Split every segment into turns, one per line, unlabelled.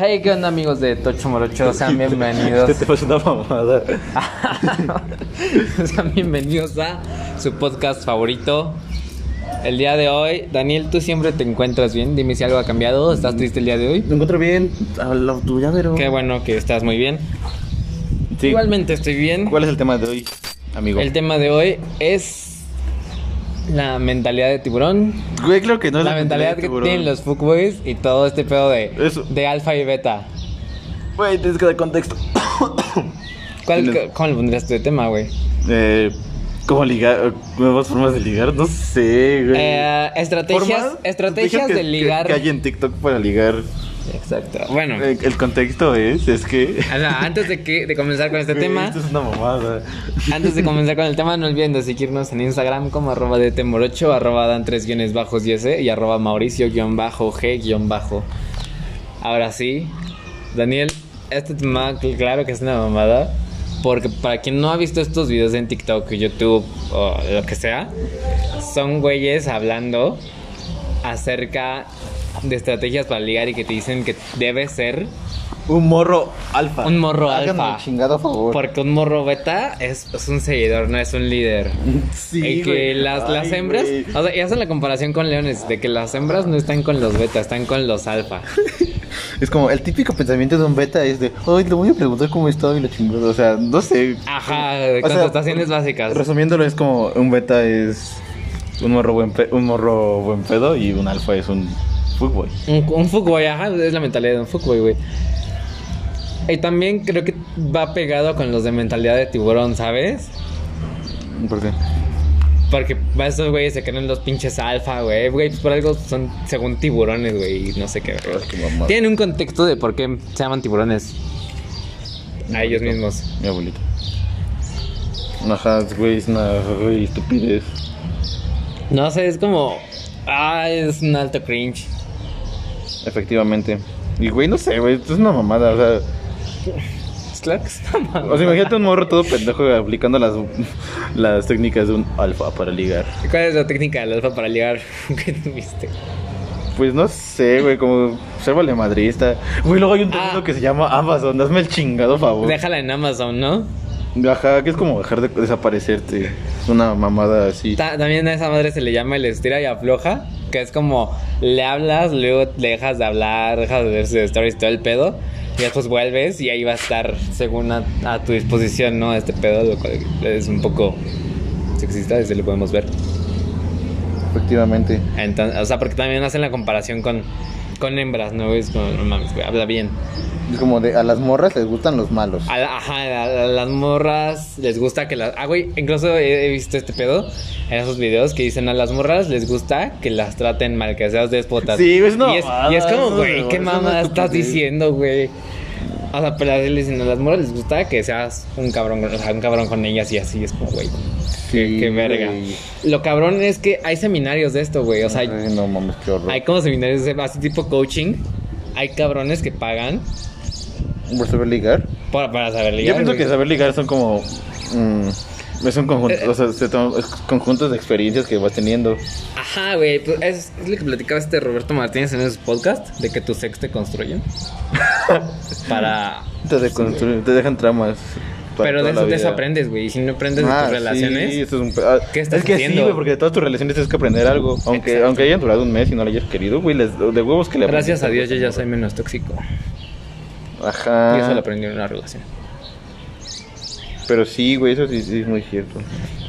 Hey, ¿qué onda amigos de Tocho Morocho? Sean bienvenidos.
Este te pasa una mamada.
Sean bienvenidos a su podcast favorito. El día de hoy, Daniel, tú siempre te encuentras bien. Dime si algo ha cambiado. ¿Estás triste el día de hoy?
Lo encuentro bien. A la tu llavero.
Qué bueno que estás muy bien.
Sí.
Igualmente estoy bien.
¿Cuál es el tema de hoy, amigo?
El tema de hoy es la mentalidad de tiburón.
Güey, creo que no es
la mentalidad
de
que
tiburón.
tienen los fuckboys y todo este pedo de,
Eso.
de alfa y beta.
Güey, tienes que dar contexto.
¿Cuál,
Los-
co- ¿Cómo le pondrías tú de tema, güey?
eh, ¿Cómo ligar? ¿Nuevas formas de ligar? No sé, güey.
Eh, estrategias-
Formas-
estrategias
que-
de
que-
ligar.
Que, hay en TikTok para ligar.
Exacto. Bueno,
Eh, el contexto es, es que.
o sea, antes de, que, de comenzar con este
Güey,
tema,
Esto es una mamada.
antes de comenzar con el tema, no olviden de seguirnos en Instagram como arroba de temorocho, arroba dan tres guiones bajos y ese, y arroba mauricio guión bajo g guión bajo. Ahora sí, Daniel, este tema cl- claro que es una mamada. Porque para quien no ha visto estos videos en TikTok, YouTube o lo que sea, son güeyes hablando acerca de estrategias para ligar y que te dicen que debe ser
Un morro alfa.
Un morro alfa.
un chingado favor.
Porque un morro beta es, es un seguidor, no es un líder.
Sí,
y que
güey.
las, las
Ay,
hembras,
güey.
o sea, y hacen la comparación con leones, de que las hembras no están con los beta, están con los alfa.
Es como el típico pensamiento de un beta es de, ay, le voy a preguntar cómo está y la chingada. O sea, no sé.
Ajá,
O sea,
contestaciones básicas.
Resumiéndolo, es como un beta es un morro buen, pe- un morro buen pedo y un alfa es un fuckboy.
Un, un fuckboy, ajá, es la mentalidad de un fuckboy, güey. Y también creo que va pegado con los de mentalidad de tiburón, ¿sabes?
¿Por qué?
Porque esos güeyes se creen los pinches alfa, güey. Güey, pues por algo son según tiburones, güey. Y no sé qué. güey.
Ay, qué mamada.
Tienen un contexto de por qué se llaman tiburones. A ellos mismos.
Mi abuelito. Ajá, güey, es una güey, estupidez.
No sé, es como. Ah, es un alto cringe.
Efectivamente. Y güey, no sé, güey, esto es una mamada, o sea.
Es Claro que está mal.
O sea, imagínate un morro todo pendejo aplicando las, las técnicas de un alfa para ligar.
¿Cuál es la técnica del alfa para llegar? ¿Qué tuviste?
Pues no sé, güey, como ser valemadrista. Güey, luego hay un término
Ah.
que se llama Amazon, hazme el chingado favor.
Déjala en Amazon, ¿no?
Ajá, que es como dejar de desaparecerte. Es una mamada así.
Ta- también a esa madre se le llama el estira y afloja, que es como le hablas, luego le dejas de hablar, dejas de ver sus stories, todo el pedo, y después vuelves y ahí va a estar según a, a tu disposición, ¿no? Este pedo, lo cual es un poco sexista, desde lo podemos ver.
Efectivamente.
Entonces, o sea, porque también hacen la comparación con, con hembras, ¿no? Es como, no mames, güey, habla bien.
Es como de a las morras les gustan los malos.
A la- ajá, a, la- a las morras les gusta que las... Ah, güey, incluso he, he visto este pedo en esos videos que dicen a las morras les gusta que las traten mal, que seas despotas.
Sí, güey, es una
y es,
mamada,
y es
eso
como,
es
güey,
una-
¿qué
es una
mamada estás
estupidez.
diciendo, güey? O sea, pero le dicen a las morras les gusta que seas un cabrón, con- o sea, un cabrón con ellas y así es como, güey,
Sí,
Ah, qué verga.
güey.
Lo cabrón es que hay seminarios de esto, güey, o sea,
Ay, no mames, qué horror.
hay como seminarios de así tipo coaching. Hay cabrones que pagan
¿Por saber ligar?
para, para saber
Yo
ligar,
pienso
güey.
que saber ligar son como. mm, es un conjunto,
Eh,
o sea, se toma- es conjuntos de experiencias que vas teniendo.
Ajá, güey, pues es, es lo que platicaba este Roberto Martínez en su podcast, de que tu sex te construyen. Para...
Te, deconstruyen, te dejan tramas. para
Pero
toda
de
la
eso, de eso
vida.
aprendes, güey, y si no aprendes de
Ah,
tus relaciones...
sí, eso es, un pe- ah,
¿Qué estás
es que sí,
haciendo?
güey, porque de todas tus relaciones tienes que aprender algo. Aunque,
Exacto.
aunque hayan durado un mes y no lo hayas querido, güey, les- de huevos que le
Gracias a Dios
aprendiste,
yo ya
güey.
soy menos tóxico.
Ajá.
Y eso lo aprendí en una relación.
Pero sí, güey, eso sí, sí es muy cierto.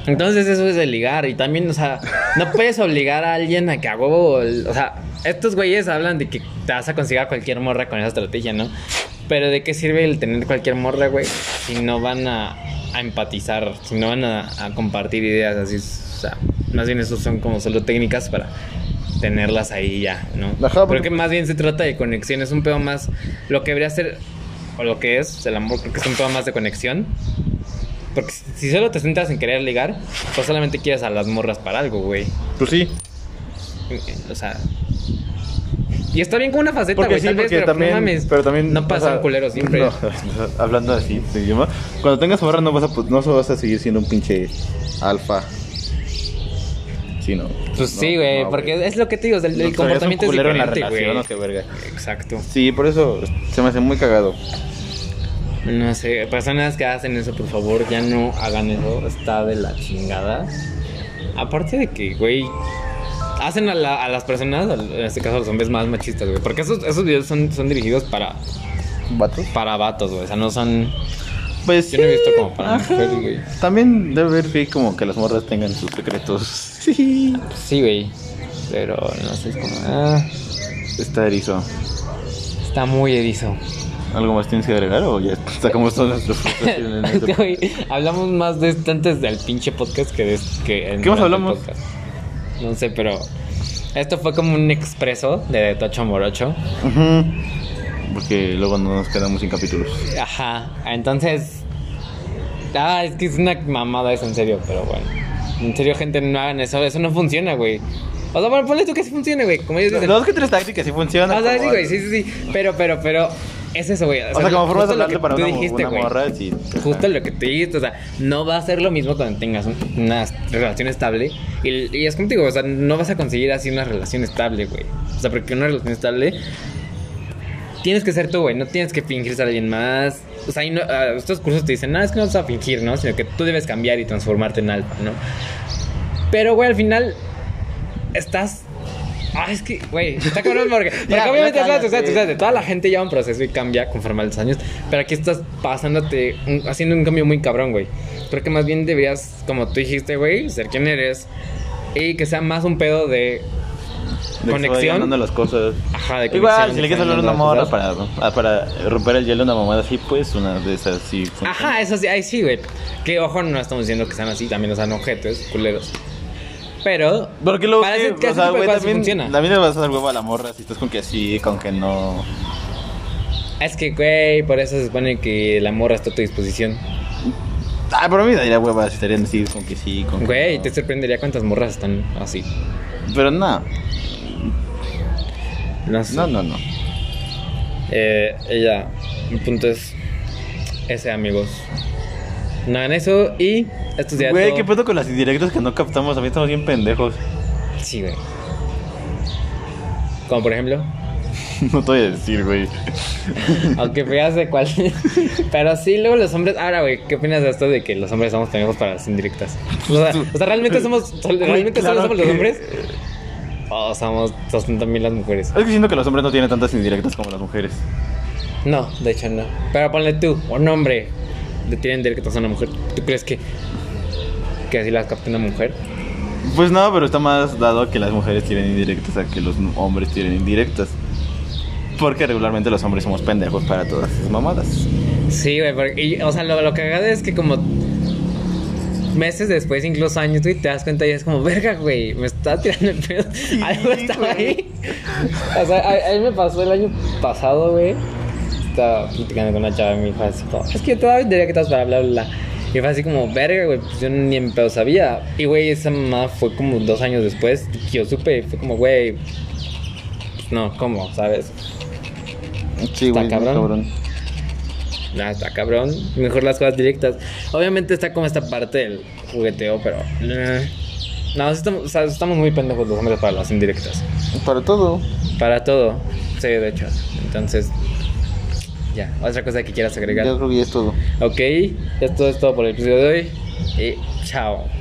Entonces eso es de ligar y también, o sea, no puedes obligar a alguien a que a huevo, o sea, estos güeyes hablan de que te vas a conseguir a cualquier morra con esa estrategia, ¿no? Pero ¿de qué sirve el tener cualquier morra, güey? Si no van a, a empatizar, si no van a, a compartir ideas, así, es, o sea, más bien eso son como solo técnicas para tenerlas ahí ya, ¿no?
Ajá,
Creo
porque-
que más bien se trata de conexión, es un pedo más, lo que debería ser, o lo que es, el amor creo que es un pedo más de conexión. Porque si- si solo te centras en querer ligar, pues solamente quieres a las morras para algo, güey.
Pues sí.
O sea. Y está bien con una faceta,
Porque
güey,
sí,
tal vez,
porque
pero, pues,
también,
no mames,
pero también.
No
o
pasan
sea,
culeros siempre.
no, hablando así, este se llama. pues, Cuando tengas morra no vas a, no vas a seguir siendo un pinche alfa. sí, ¿no?
Pues
No,
sí, güey,
no,
porque es lo que te digo, el, el
No, pero eres un
comportamiento es
culero en la
diferente,
relación,
güey.
o qué verga.
Exacto.
Sí, por eso se me hace muy cagado.
No sé, personas que hacen eso, por favor, ya no hagan eso, está de la chingada. Aparte de que, güey, hacen a, la- a las personas, al- en este caso a los hombres más machistas, güey, porque esos, esos videos son, son dirigidos para,
¿Vatos?
para vatos, güey, o sea, no son...
Pues
Yo no he visto como para
ajá.
mujer, güey.
También debe haber que como que las morras tengan sus secretos. Sí.
Sí, güey, pero no sé, es como... ah,
Está erizo.
está muy erizo.
¿Algo más tienes que agregar o ya sacamos todas nuestras frustraciones? en este
Güey,
podcast?
hablamos más de esto antes del pinche podcast que de que en
¿Qué
durante
más
el
hablamos?
podcast. No sé, pero esto fue como un expreso de Tocho Morocho.
Ujú. Porque luego no nos quedamos sin capítulos.
Ajá. Entonces, ah, es que es una mamada eso en serio, pero bueno. En serio, gente, no hagan eso, eso no funciona, güey. O sea, bueno, ponle tú que sí funcione, güey, como ellos dicen.
Dos que tres tácticas sí funcionan.
o sea, sí,
como-
güey, sí, sí, sí, pero pero pero es eso, güey.
O sea, como formas de
justo lo que
hablarle para
tú
una,
dijiste,
una
güey.
morra, sí.
Justo lo que te dijiste, o sea, no va a ser lo mismo cuando tengas un- una relación estable. Y, y es como te digo, o sea, no vas a conseguir así una relación estable, güey. O sea, porque una relación estable tienes que ser tú, güey, no tienes que fingir ser alguien más. O sea, ahí no- ah, estos cursos te dicen, nada, es que no vas a fingir, ¿no? Sino que tú debes cambiar y transformarte en algo, ¿no? Pero, güey, al final estás. Ah, es que, güey, está cabrón porque. Porque
Ya,
obviamente,
ya
sabes,
cállate.
sabes, sabes, toda la gente lleva un proceso y cambia conforme a los años. Pero aquí estás pasándote, un- haciendo un cambio muy cabrón, güey. Creo que más bien deberías, como tú dijiste, güey, ser quien eres. Y que sea más un pedo de.
De que se vayan
Conexión.
dando las cosas.
Ajá, de
Igual,
conexión,
si le quieres
de
hablar a una
conexión,
morra
¿sabes?
para, ah, para romper el hielo, una mamada así, pues una de esas sí. funciona.
Ajá, eso sí, ahí sí, güey. Que ojo, no estamos diciendo que sean así, también, o sea, no ojetes, culeros. Pero.
Porque luego,
Para
que,
ese- que
o
ese tipo
sea,
de
güey,
cosas sí
también,
funciona.
también le vas a dar huevo a la morra si estás con que sí, con que no.
Es que, güey, por eso se supone que la morra está a tu disposición.
Ah, pero a mí me daría hueva si estarían así, con que sí, con que
Güey,
no.
te sorprendería cuántas morras están así.
Pero no,
No sé.
no, no, no.
Eh, ella, mi punto es ese, amigos. No hagan eso y esto sería
Güey,
todo.
qué pedo con las indirectas que no captamos, a mí estamos bien pendejos.
Sí, güey. Como por ejemplo,
No te voy a decir, güey.
aunque veas de cuál. Pero sí, luego los hombres. Ahora, güey, ¿qué opinas de esto de que los hombres somos pendejos para las indirectas? O sea, o sea, realmente somos.
Güey,
¿Realmente solo
claro
somos los
que-
hombres? O somos 60 mil las mujeres.
Es que siento que los hombres no tienen tantas indirectas como las mujeres.
No, de hecho no. Pero ponle tú, un hombre le tienen directas a una mujer. ¿Tú crees que, que así las capta una mujer?
Pues no, pero está más dado que las mujeres tienen indirectas a que los hombres tienen indirectas. Porque regularmente los hombres somos pendejos para todas esas mamadas.
Sí, güey, porque- y, o sea, lo, lo cagado es que como meses después, incluso años, güey, te das cuenta y es como, verga, güey, me está tirando el pedo. Algo estaba
güey.
ahí. O sea, a, a mí me pasó el año pasado, güey. Estaba platicando con una chava y me dijo así como, es que yo todavía diría que estás para bla, bla, bla. Y fue así como, verga, güey, pues yo ni en pedo sabía. Y, güey, esa mamá fue como dos años después que yo supe. Fue como, güey, pues, no, ¿cómo? ¿Sabes?
Sí,
güey, cabrón. Nada, está cabrón. Mejor las cosas directas. Obviamente está como esta parte del jugueteo, pero. eh, No, sí estamos, o sea, estamos muy pendejos los hombres para las indirectas.
Para todo.
Para todo. Sí, de hecho. Entonces. Ya. Otra cosa que quieras agregar.
creo que ya es todo.
Ok. Esto es todo por el episodio de hoy. Y chao.